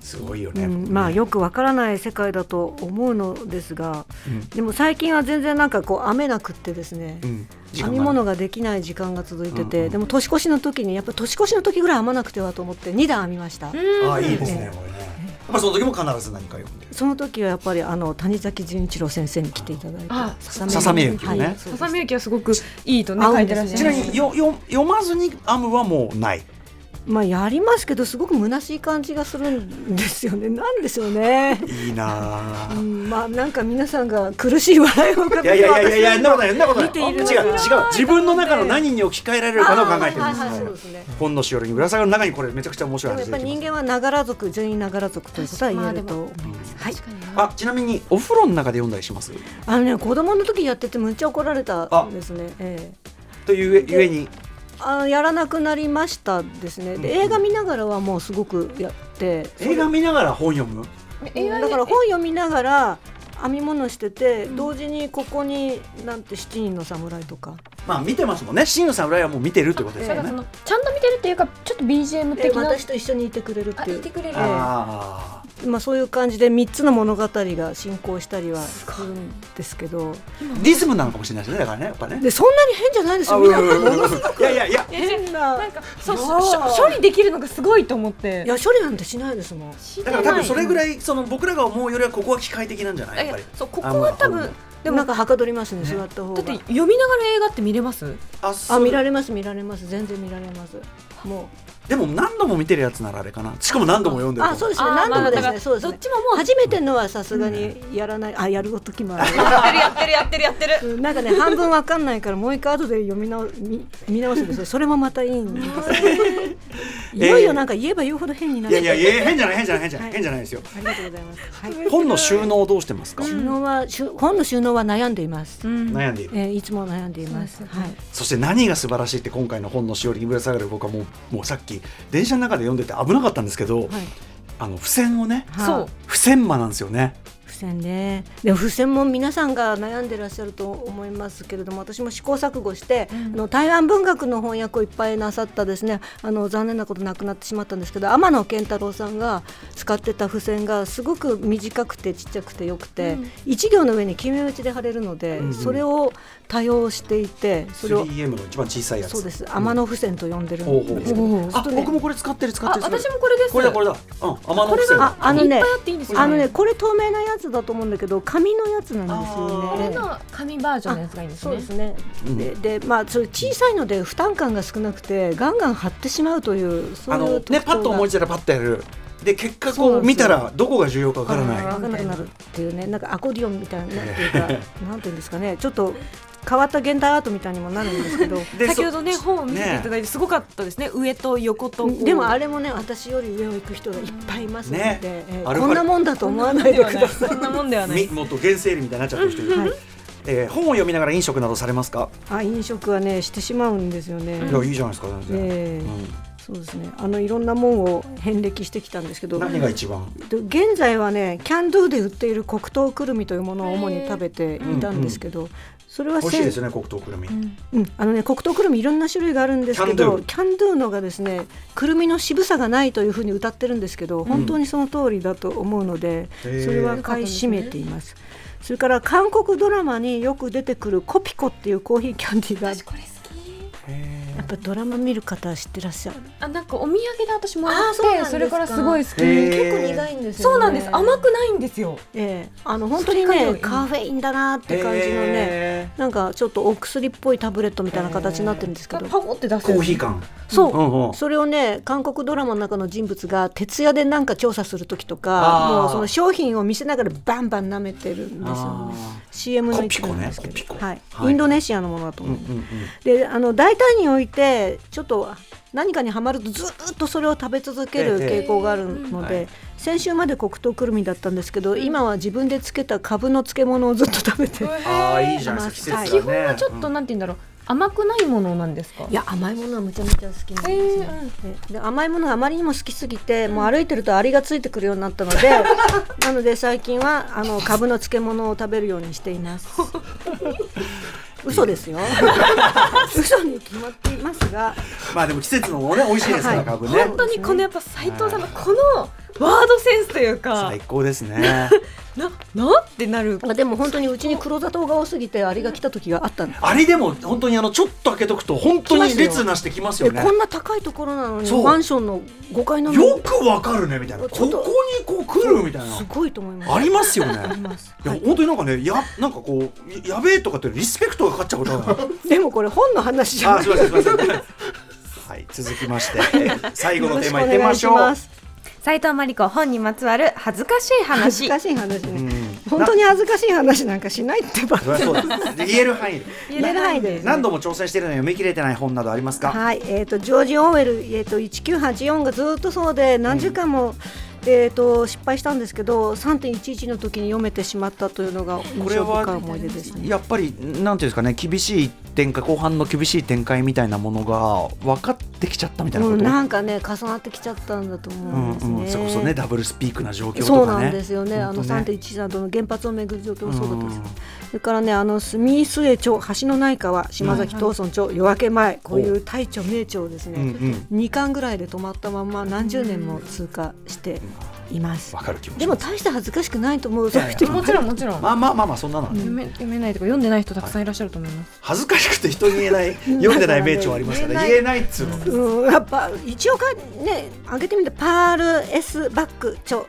すごいよ
う
ね、
ん、まあよくわからない世界だと思うのですが
うん、
でも最近は全然なんかこう雨なくってですね、
うん時間
編
が
み物ができない時間が続いてて、
うんうん
でも年越しの時にやっぱ年越しの時ぐらい編まなくてはと思って2段編みました、
ああいいですねこれねやっぱその時も必ず何か読んで
その時はやっぱりあの谷崎潤一郎先生に来ていただいて
あ
ささめゆきをね
はいそうです
笹宮家はすごくいいとね書いてらっしゃい
ち
ま
な
す
みによよ読まずに編むはもうない
まあ、やりますけどすごく虚しい感じがするんですよね なんでしょう ね、
いいなあ
うん、まあなんか皆さんが苦しい笑いを浮か
いやい
て
やいやいや、そんなことない、そんなことない。
見ている
違う、違う、自分の中の何に置き換えられるかのを考えてるんです
あーはいはいはいそうで
は
すね
い。本のしおりにぶら下がる中に、これめちゃくちゃ面
で
白い
も
話
やっ
出
ぱ
て
り
きます。
人間はながら族全員ながら族ということは言えると
まあ
思い
でも
ます、
はい
あ、ちなみに、お風呂の中で読んだりします。
あのね子供の時やっててむっちゃ怒られたんですねええ
というゆえに、
あやらなくなりましたですねで
うん
映画見ながらはもうすごくやって
映画見ながら本読む。
だから本読みながら編み物してて、同時にここになんて七人の侍とか、
まあ、見てますもんね。真の侍はもう見てるってことです
だか
よ
らそ
ね。
のちゃんと見てるっていうかちょっと BGM
で
的な
私と一緒にいてくれるっ
あ
てい
いうてくれる
ええ
あ
まあ、そういう感じで3つの物語が進行したりはするんですけど
あ、リズムなのかもしれないですね。だからね、やっぱね。
でそんなに変じゃないです
あ
よ
うう
みんな
ううういやいやいや、
変な
なんかそう
わあ
しょ処理できるのがすごいと思って
いや処理なんてしないですもん
だから多分それぐら
い
い、その僕らが思うよりは、ここは機械的なんじゃない。やっぱり。
そうここは多
あま
分
でもなんかはかどりますね座った方
だ
が
って読みながら映画って見れます
あ、そ
あ
う
見られます見られます全然見られますも
でも、何度も見てるやつなら、あれかな。しかも、何度も読ん
う
でると思
あ
う。
そうですね
あー
何度
ま
も
あ
で
だ
す
か
ね
ら
そうです
ど
ね
っちももう
初めてのはさすがにやらないあやる時もある
やってるやってるやってるやってる
うんなんかね半分わかんないからもう一回後で読み直見見直すんですよそれもまたいいんですよいよいよなんか言えば言うほど変になる
いやいやいや、変じゃない、変じゃない、変じゃない、変じゃないですよ。
ありがとうございます、はい、
本の収納どうしてますか。
収納は収本の収納は悩んでいます、
悩んでいる。
えーいつも悩んでいます
そうですよ
は
ね
い
そして何が素晴らしいって今回の本のしおりにぶら下がる僕はもうもうさっき電車の中で読んでて危なかったんですけど、
はい
あの付箋をね
はい
そう
付箋魔なんですよね
付箋ねでも付箋も皆さんが悩んでらっしゃると思いますけれども私も試行錯誤して、あの台湾文学の翻訳をいっぱいなさったですねあの残念なことなくなってしまったんですけど天野健太郎さんが使ってた付箋がすごく短くてちっちゃくてよくて、一行の上に決め打ちで貼れるので、
うんうん
それを多用していてそれを
3M の一番小さいやつ
そうです天野付箋と呼んでる
ほうほ
ん
う
ですけど、
おうおう
ちょ
あ
っとね
僕もこれ使ってる使っ
あ
てる
私もこれです
これだこれだうん天野
こ
付
れ
箋
が
ああのね
いっぱいあっていいんですよ
あのねこれ透明なやつだと思うんだけど紙のやつなんです
あー
よ
こ
ね。
れの紙バージョンのやつがいいんです
そう
ね
ですね。
うん
で、でまあそれ小さいので負担感が少なくてガンガン貼ってしまうというそう
あ
い
の
う特徴
ねパッと思いついたらパッとやるで結果こ
そう
う
なんで
見
すよ
たらどこが重要かわから
わ
ない
あ
からなくなるっていうね、なんかアコーディオンみたいななんていうかなんていうんですかね、ちょっと変わった現代アートみたいにもなるんですけど。
で
先ほどね
そ
本を見せていただいてすごかったですね上と横と
でもあ
れ
れもね私より上を行く人がいっぱいいますので、
ね
えー
アルファ
こんなもんだと思わないでくだ さ
そんなもんではない
みもっと原生理みたいになっちゃってる人いる、
はい
えー本を読みながら飲食などされますか、
い。あ飲食はねしてしまうんですよね。
いやいいじゃないですか全然、
ええ
うん
そうですね。あのいろんなもんを遍歴してきたんですけど、
何が一番
で現在はねキャンドゥで売っている黒糖くるみというものを主に食べていたんですけど、それは
美味しいです
せん
よね黒糖くるみ、
うん、あのね黒糖くるみいろんな種類があるんですけどキャンドゥのがですねくるみの渋さがないというふうに歌ってるんですけど本当にその通りだと思うので、
へえ
それは買い占めています。それから韓国ドラマによく出てくるコピコっていうコーヒーキャンディーがある
これ好き
やっぱドラマ見る方は知ってらっしゃる
あなんかお土産で私も
あーそうなんで
らって
すか
それからすごい好き
へー
結
結構苦
いんです
そうなんです甘くないんですよ
ええあの本当に
それが良
ね
い
カフェインだなって感じのね
へ
なんかちょっとお薬っぽいタブレットみたいな形になってるんですけ
パ
ど、
コって出
ー
す
コーヒー感
そう、
うんうん
それをね韓国ドラマの中の人物が徹夜でなんか調査する時と
あ
か
ー
もうその商品を見せながらバンバン舐めてるんですよね
あ
CM の一部なんですけど
コピコねコピコ
はい
はい
インドネシアのものだと
うんう
思
んう
う、
ん
であの大胆においてちょっと何かにはまるとずーっとそれを食べ続ける
ええ
傾向があるので、
はい
先週まで黒糖くるみだったんですけど、今は自分で漬けた株の漬物をずっと食べて、
ああいいじゃないですか
はい
季節
基
がね
本はちょっとなんて言うんだろう甘くないものなんですか
いや甘いものはむちゃむちゃ好きなんですね、でで甘いものがあまりにも好きすぎて、もう歩いてるとアリがついてくるようになったの でなので最近はあの株の漬物を食べるようにして います嘘ですよ嘘に決まっていますが
うんまあでも季節のものね美味しいですから
はい
株ね
本当にこのやっぱ斉藤さんのこのワードセンスというか
最高ですね
ななってなる
まあでも本当にうちに黒砂糖が多すぎてアリが来た時があったんです
あれでも本当にあのちょっと開けとくと本当に列なしてきますよ
で
ね
こんな高いところなのに
そう
マンションの5階なのに
よくわかるねみたいなこ
ち
こ
ょっと
にこう来るみたい
す
な
ごいと思います
ありますよね
あります
いや
はい
本当になんかねやなんかこうややべ えとかってリスペクトが勝っちゃうことが
でもこれ本の話じ
あ
ゃな
ー
い
すいませんすいませんはい続きまして、えー最後のテーマいってみましょう。
斉藤真理子本にまつわる恥ずかしい
恥ず
話
かしい話ね、
うん
本当に恥ずかしい話なんかしないってばっ
そりゃそうです言える範囲で。
言えないで
何度も挑戦しているのに読み切れてない本などありますか。
はい、えっ、とジョージ・オーウェル、えっ、と1984がずっとそうで何時間も、えっ、と失敗したんですけど、3.11の時に読めてしまったというのが印
これ
象深い
は
思い出ですね。
やっぱりなんていうんですかね厳しい展開後半の厳しい展開みたいなものが分かってきちゃったみたいな
も
こ
う
と。
なんかね重なってきちゃったんだと思うんですね。
うんうん、それこそねダブルスピークな状況とかね。
そうなんですよね。あ
本
の
当ね
3.11などの原発をめぐる状況もそうだったんで
う
す
ん。
それからねあの住末町橋の内川島崎東村町夜明け前こういう大町名町です
うんう
ね。
ん。
2巻ぐらいで止まったまま何十年も通過しています。
わかる気持ち。
でも大して恥ずかしくないと思う。
いやいや
そう いう人も
もちろんもちろん、
まあまあまあまあそんなのはね、
読め読めないとか読んでない人たくさんいらっしゃると思います、
恥ずかしくて人に言えない読んでない名著はありますからね言えないっつうの。
うん、やっぱ一応かね上げてみてパール・エス・バック著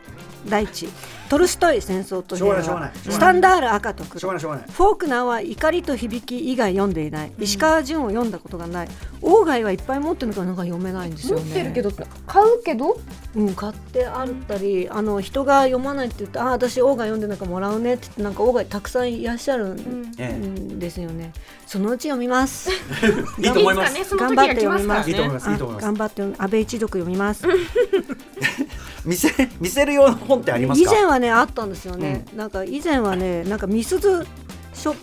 大地トルストイ戦争と平和
しょうがないしょうがない
スタンダール赤と黒
しょうがないしょうがない。
フォークナーは怒りと響き以外読んでいない、石川淳を読んだことがない鴎外はいっぱい持ってるのからなんか読めないんですよね
持ってるけど買うけど
うん、買ってあったりあの人が読まないって言ってああ私鴎外読んでなんかもらうねって言ってなんか鴎外たくさんいらっしゃるん
え
ですよねそのうち読みます
え、 いいと思いま
つか
す。い
ねその時が来ますから
いと思い
ね
ます。いいと思いま
頑張って読み安倍一読読みます
す。見せ見せるような本ってあります
以
か。
前はねあったんですよね、なんか以前はねなんかみすず書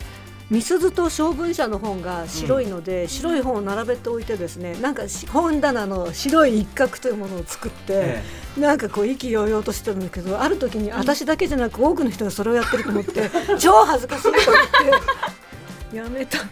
みすずと小文社の本が白いので、白い本を並べておいてですねなんかし本棚の白い一角というものを作って、
え
なんかこう意気揚々としてるんだけどある時に私だけじゃなく多くの人がそれをやってると思って超恥ずかしいと思ってやめたん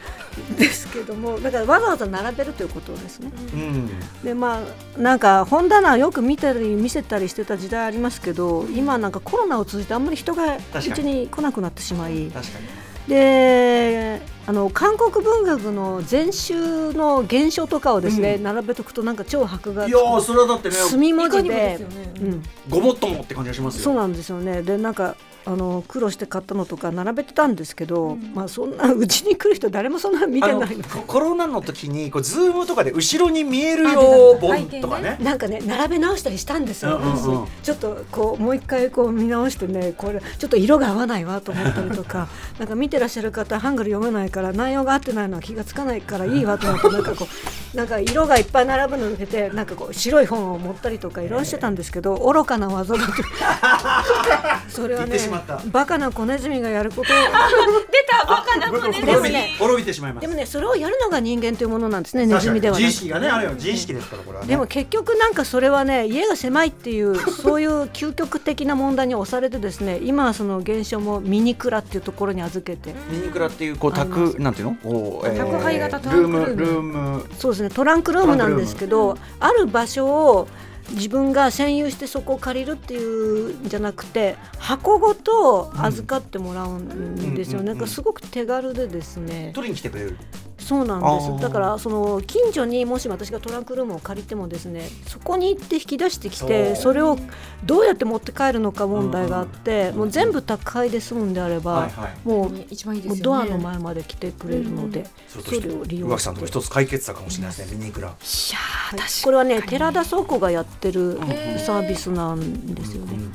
ですけどもだからわざわざ並べるということですね。
えうん。
でまあなんか本棚をよく見たり見せたりしてた時代ありますけど今なんかコロナを通じてあんまり人がう
確かに
ちに来なくなってしまい
確かに。
であの韓国文学の全集の原書とかをですね、
う
並べとくとなんか超箔が
いやーそれはだってね
墨文字
いかにも
で
ですよね
うん、
ごもっともって感じがしますよ。
そうなんですよねでなんかあの苦労して買ったのとか並べてたんですけど、まあそんなうちに来る人誰もそんな見てないの
あのココロナの時にこうズームとかで後ろに見えるよう本とかね。
なんかね並べ直したりしたんですよ、
うんうんうん
ちょっとこうもう一回こう見直してねこれちょっと色が合わないわと思ったり とかなんか見てらっしゃる方ハングル読めないから内容が合ってないのは気がつかないからいいわ と思ってなんかこうなんか色がいっぱい並ぶのを受けてなんかこう白い本を持ったりとかいろいろしてたんですけど愚かな技 だとそれは
言っ
ね
てしまった
バカな小ネズミがや ること
あ、滅び
ですね
滅びてしまいま
ですも。ねそれをやるのが人間というものなんですねネ
確
ズ
かに
ミでは
自
な
意
く
識がねあるよ自意識ですからこれはね。
でも結局なんかそれはね家が狭いっていうそういう究極的な問題に押されてですね今はその現象もミニクラっていうところに預けて
ミニクラっていうこう宅なんていうのこう、えー
宅配型トラ
ルー
ン
ム
クルーム
ルーム
そうですねトランクルームなんですけどある場所を自分が占有してそこを借りるっていうんじゃなくて箱ごと預かってもらうんですよ
うんうんうんうん
ねなんかすごく手軽でですね
取りに来てくれる。
そうなん
あー
ですだからその近所にもし私がトランクルームを借りてもですねそこに行って引き出してき
そ
て
う
それをどうやって持って帰るのか問題があって、
うん
もう全部宅配で済むんであれば、
はいはい。
もう
一番いいで
も
すよ
う
ね
ドアの前まで来てくれるので、
そう
それを利
宇
用
垣
し
さんと
て
も一つ解決策かもしれないですねミニクラ。
はいこれはね寺田倉庫がやってる
へー
サービスなんですよね、
うん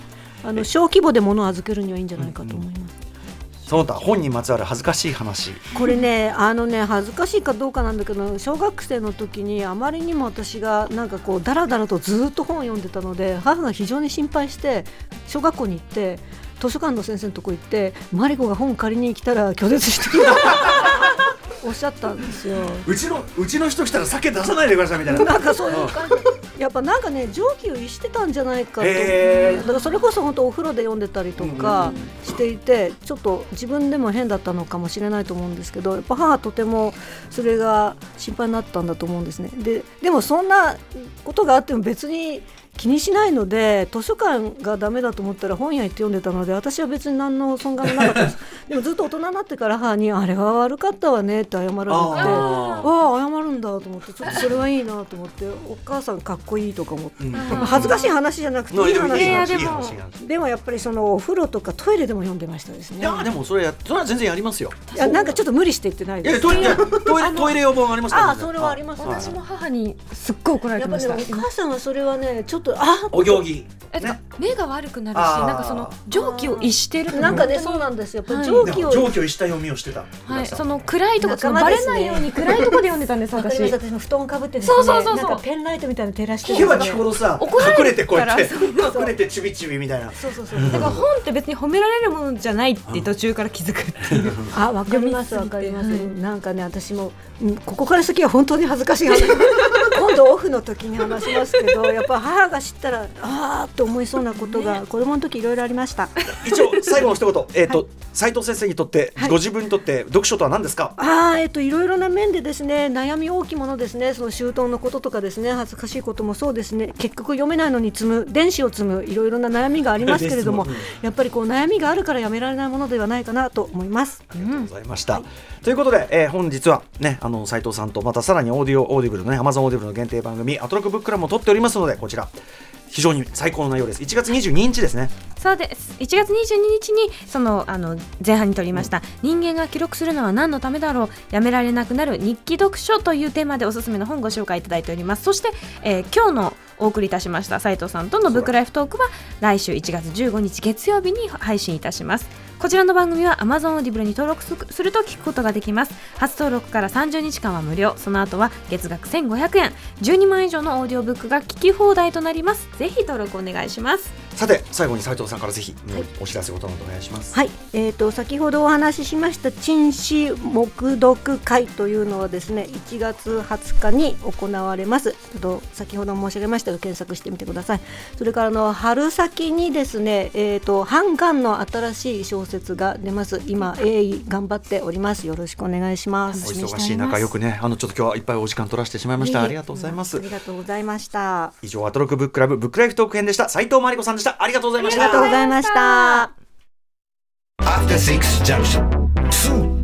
あの小規模で物を預けるにはいいんじゃないかと思います、
その他本にまつわる恥ずかしい話。
これねあのね恥ずかしいかどうかなんだけど小学生の時にあまりにも私がなんかこうだらだらとずっと本を読んでたので母が非常に心配して小学校に行って図書館の先生のとこ行ってマリコが本借りに来たら拒絶してくれおっしゃったんですよ。
うちのうちの人来たら酒出さないでくださいみたいな。
なんかそういう感じやっぱなんかね常軌を逸してたんじゃないかと、
へー
だからそれこそ本当お風呂で読んでたりとかしていて、ちょっと自分でも変だったのかもしれないと思うんですけどやっぱ母はとてもそれが心配になったんだと思うんですねででもそんなことがあっても別に気にしないので図書館がダメだと思ったら本屋行って読んでたので私は別に何の損害もなかった ですでもずっと大人になってから母に「あれは悪かったわね」って謝られてあ
あー
あ謝るんだと思ってちょっとそれはいいなと思ってお母さんかっこいいとか思って
うん
恥ずかしい話じゃなくて
ない
い
でもいい話
い
話
や
いい話いい話
でもやっぱりそのお風呂とかトイレでも読んでましたです
い
ね
やーでもそれやそれは全然やりますよ。
いやなんかちょっと無理して言ってない
い
で
や
す
トイレトイレトイレ予防ありました
あーそれはあります
はい
私も母にすっごい怒られ
や
て
っぱ
ま
ね
し
お
た。
母さんはそれはねちょっとあ
お行儀
えてか
ね
目が悪くなるし、
あー
なんかその蒸気を逸してると
なんかね
本
そうなんですよやっぱり
はい
蒸
で
気
も
を
上記をした読みをしてた。
当にはい、その暗いとこ、そのバ
仲間で
レ
すね
ないように暗いとこで読んでたんです、
わかりま
私
し。た私も布団かぶってですね
そうそうそうそう
なんかペンライトみたいなの照らして
聞けば聞くほどさ
怒られる
隠れてこうやって
か
隠れてちびちびみたいな。
そうそうそう
だから本って別に褒められるものじゃないって途中から気づくっていう。
あわかりますわか
読み
り
すぎて
ます、
はい
なんかね私もうんここから先は本当に恥ずかしい 話今度オフの時に話しますけ どやっぱ母が知ったらあーと思いそうなことが子供の時いろいろありま した
一応最後の一言えっと斉藤先生にとってご自分にとって読書とは何ですか。
あーえっといろいろな面でですね悩み大きいものですねその周到のこととかですね恥ずかしいこともそうですね結局読めないのに積む電子を積むいろいろな悩みがありますけれども
ですもん
やっぱりこう悩みがあるからやめられないものではないかなと思います
ありがとうございました。ということで、えー本日はね、あの斉藤さんとまたさらにオーディオオーディブルのね、アマゾンオーディブルの限定番組アトロックブックラも撮っておりますので、こちら非常に最高の内容です。1月22日ですね。
そうです。1月22日にそのあの前半に撮りました、人間が記録するのは何のためだろうやめられなくなる日記読書というテーマでおすすめの本ご紹介いただいております。そして、えー今日のお送りいたしました斉藤さんとのブックライフトークは来週1月15日月曜日に配信いたします。こちらの番組は Amazon オーディブルに登録すすると聞くことができます。初登録から30日間は無料。その後は月額1500円。12万以上のオーディオブックが聞き放題となります。ぜひ登録お願いします。
さて、最後に斉藤さんからぜひ、お知らせことなどお願いします。
はい、えー、と先ほどお話ししました「陳氏黙読会」というのはですね1月20日に行われますちょっと先ほど申し上げましたが検索してみてくださいそれからあの春先にですね「えー、と半眼」の新しい小説が出ます今鋭意頑張っておりますよろしくお願いします
お忙しい中よくね、あのちょっと今日はいっぱいお時間取らせてしまいました。ありがとうございま
あ
す
り。がとうございました
以上アトロックブッククラブブックライフトーク編でした。斉藤真理子さんでした。ありがとうございま
あ
し
り
た
がとう。ございました
After Six Junction. Soon.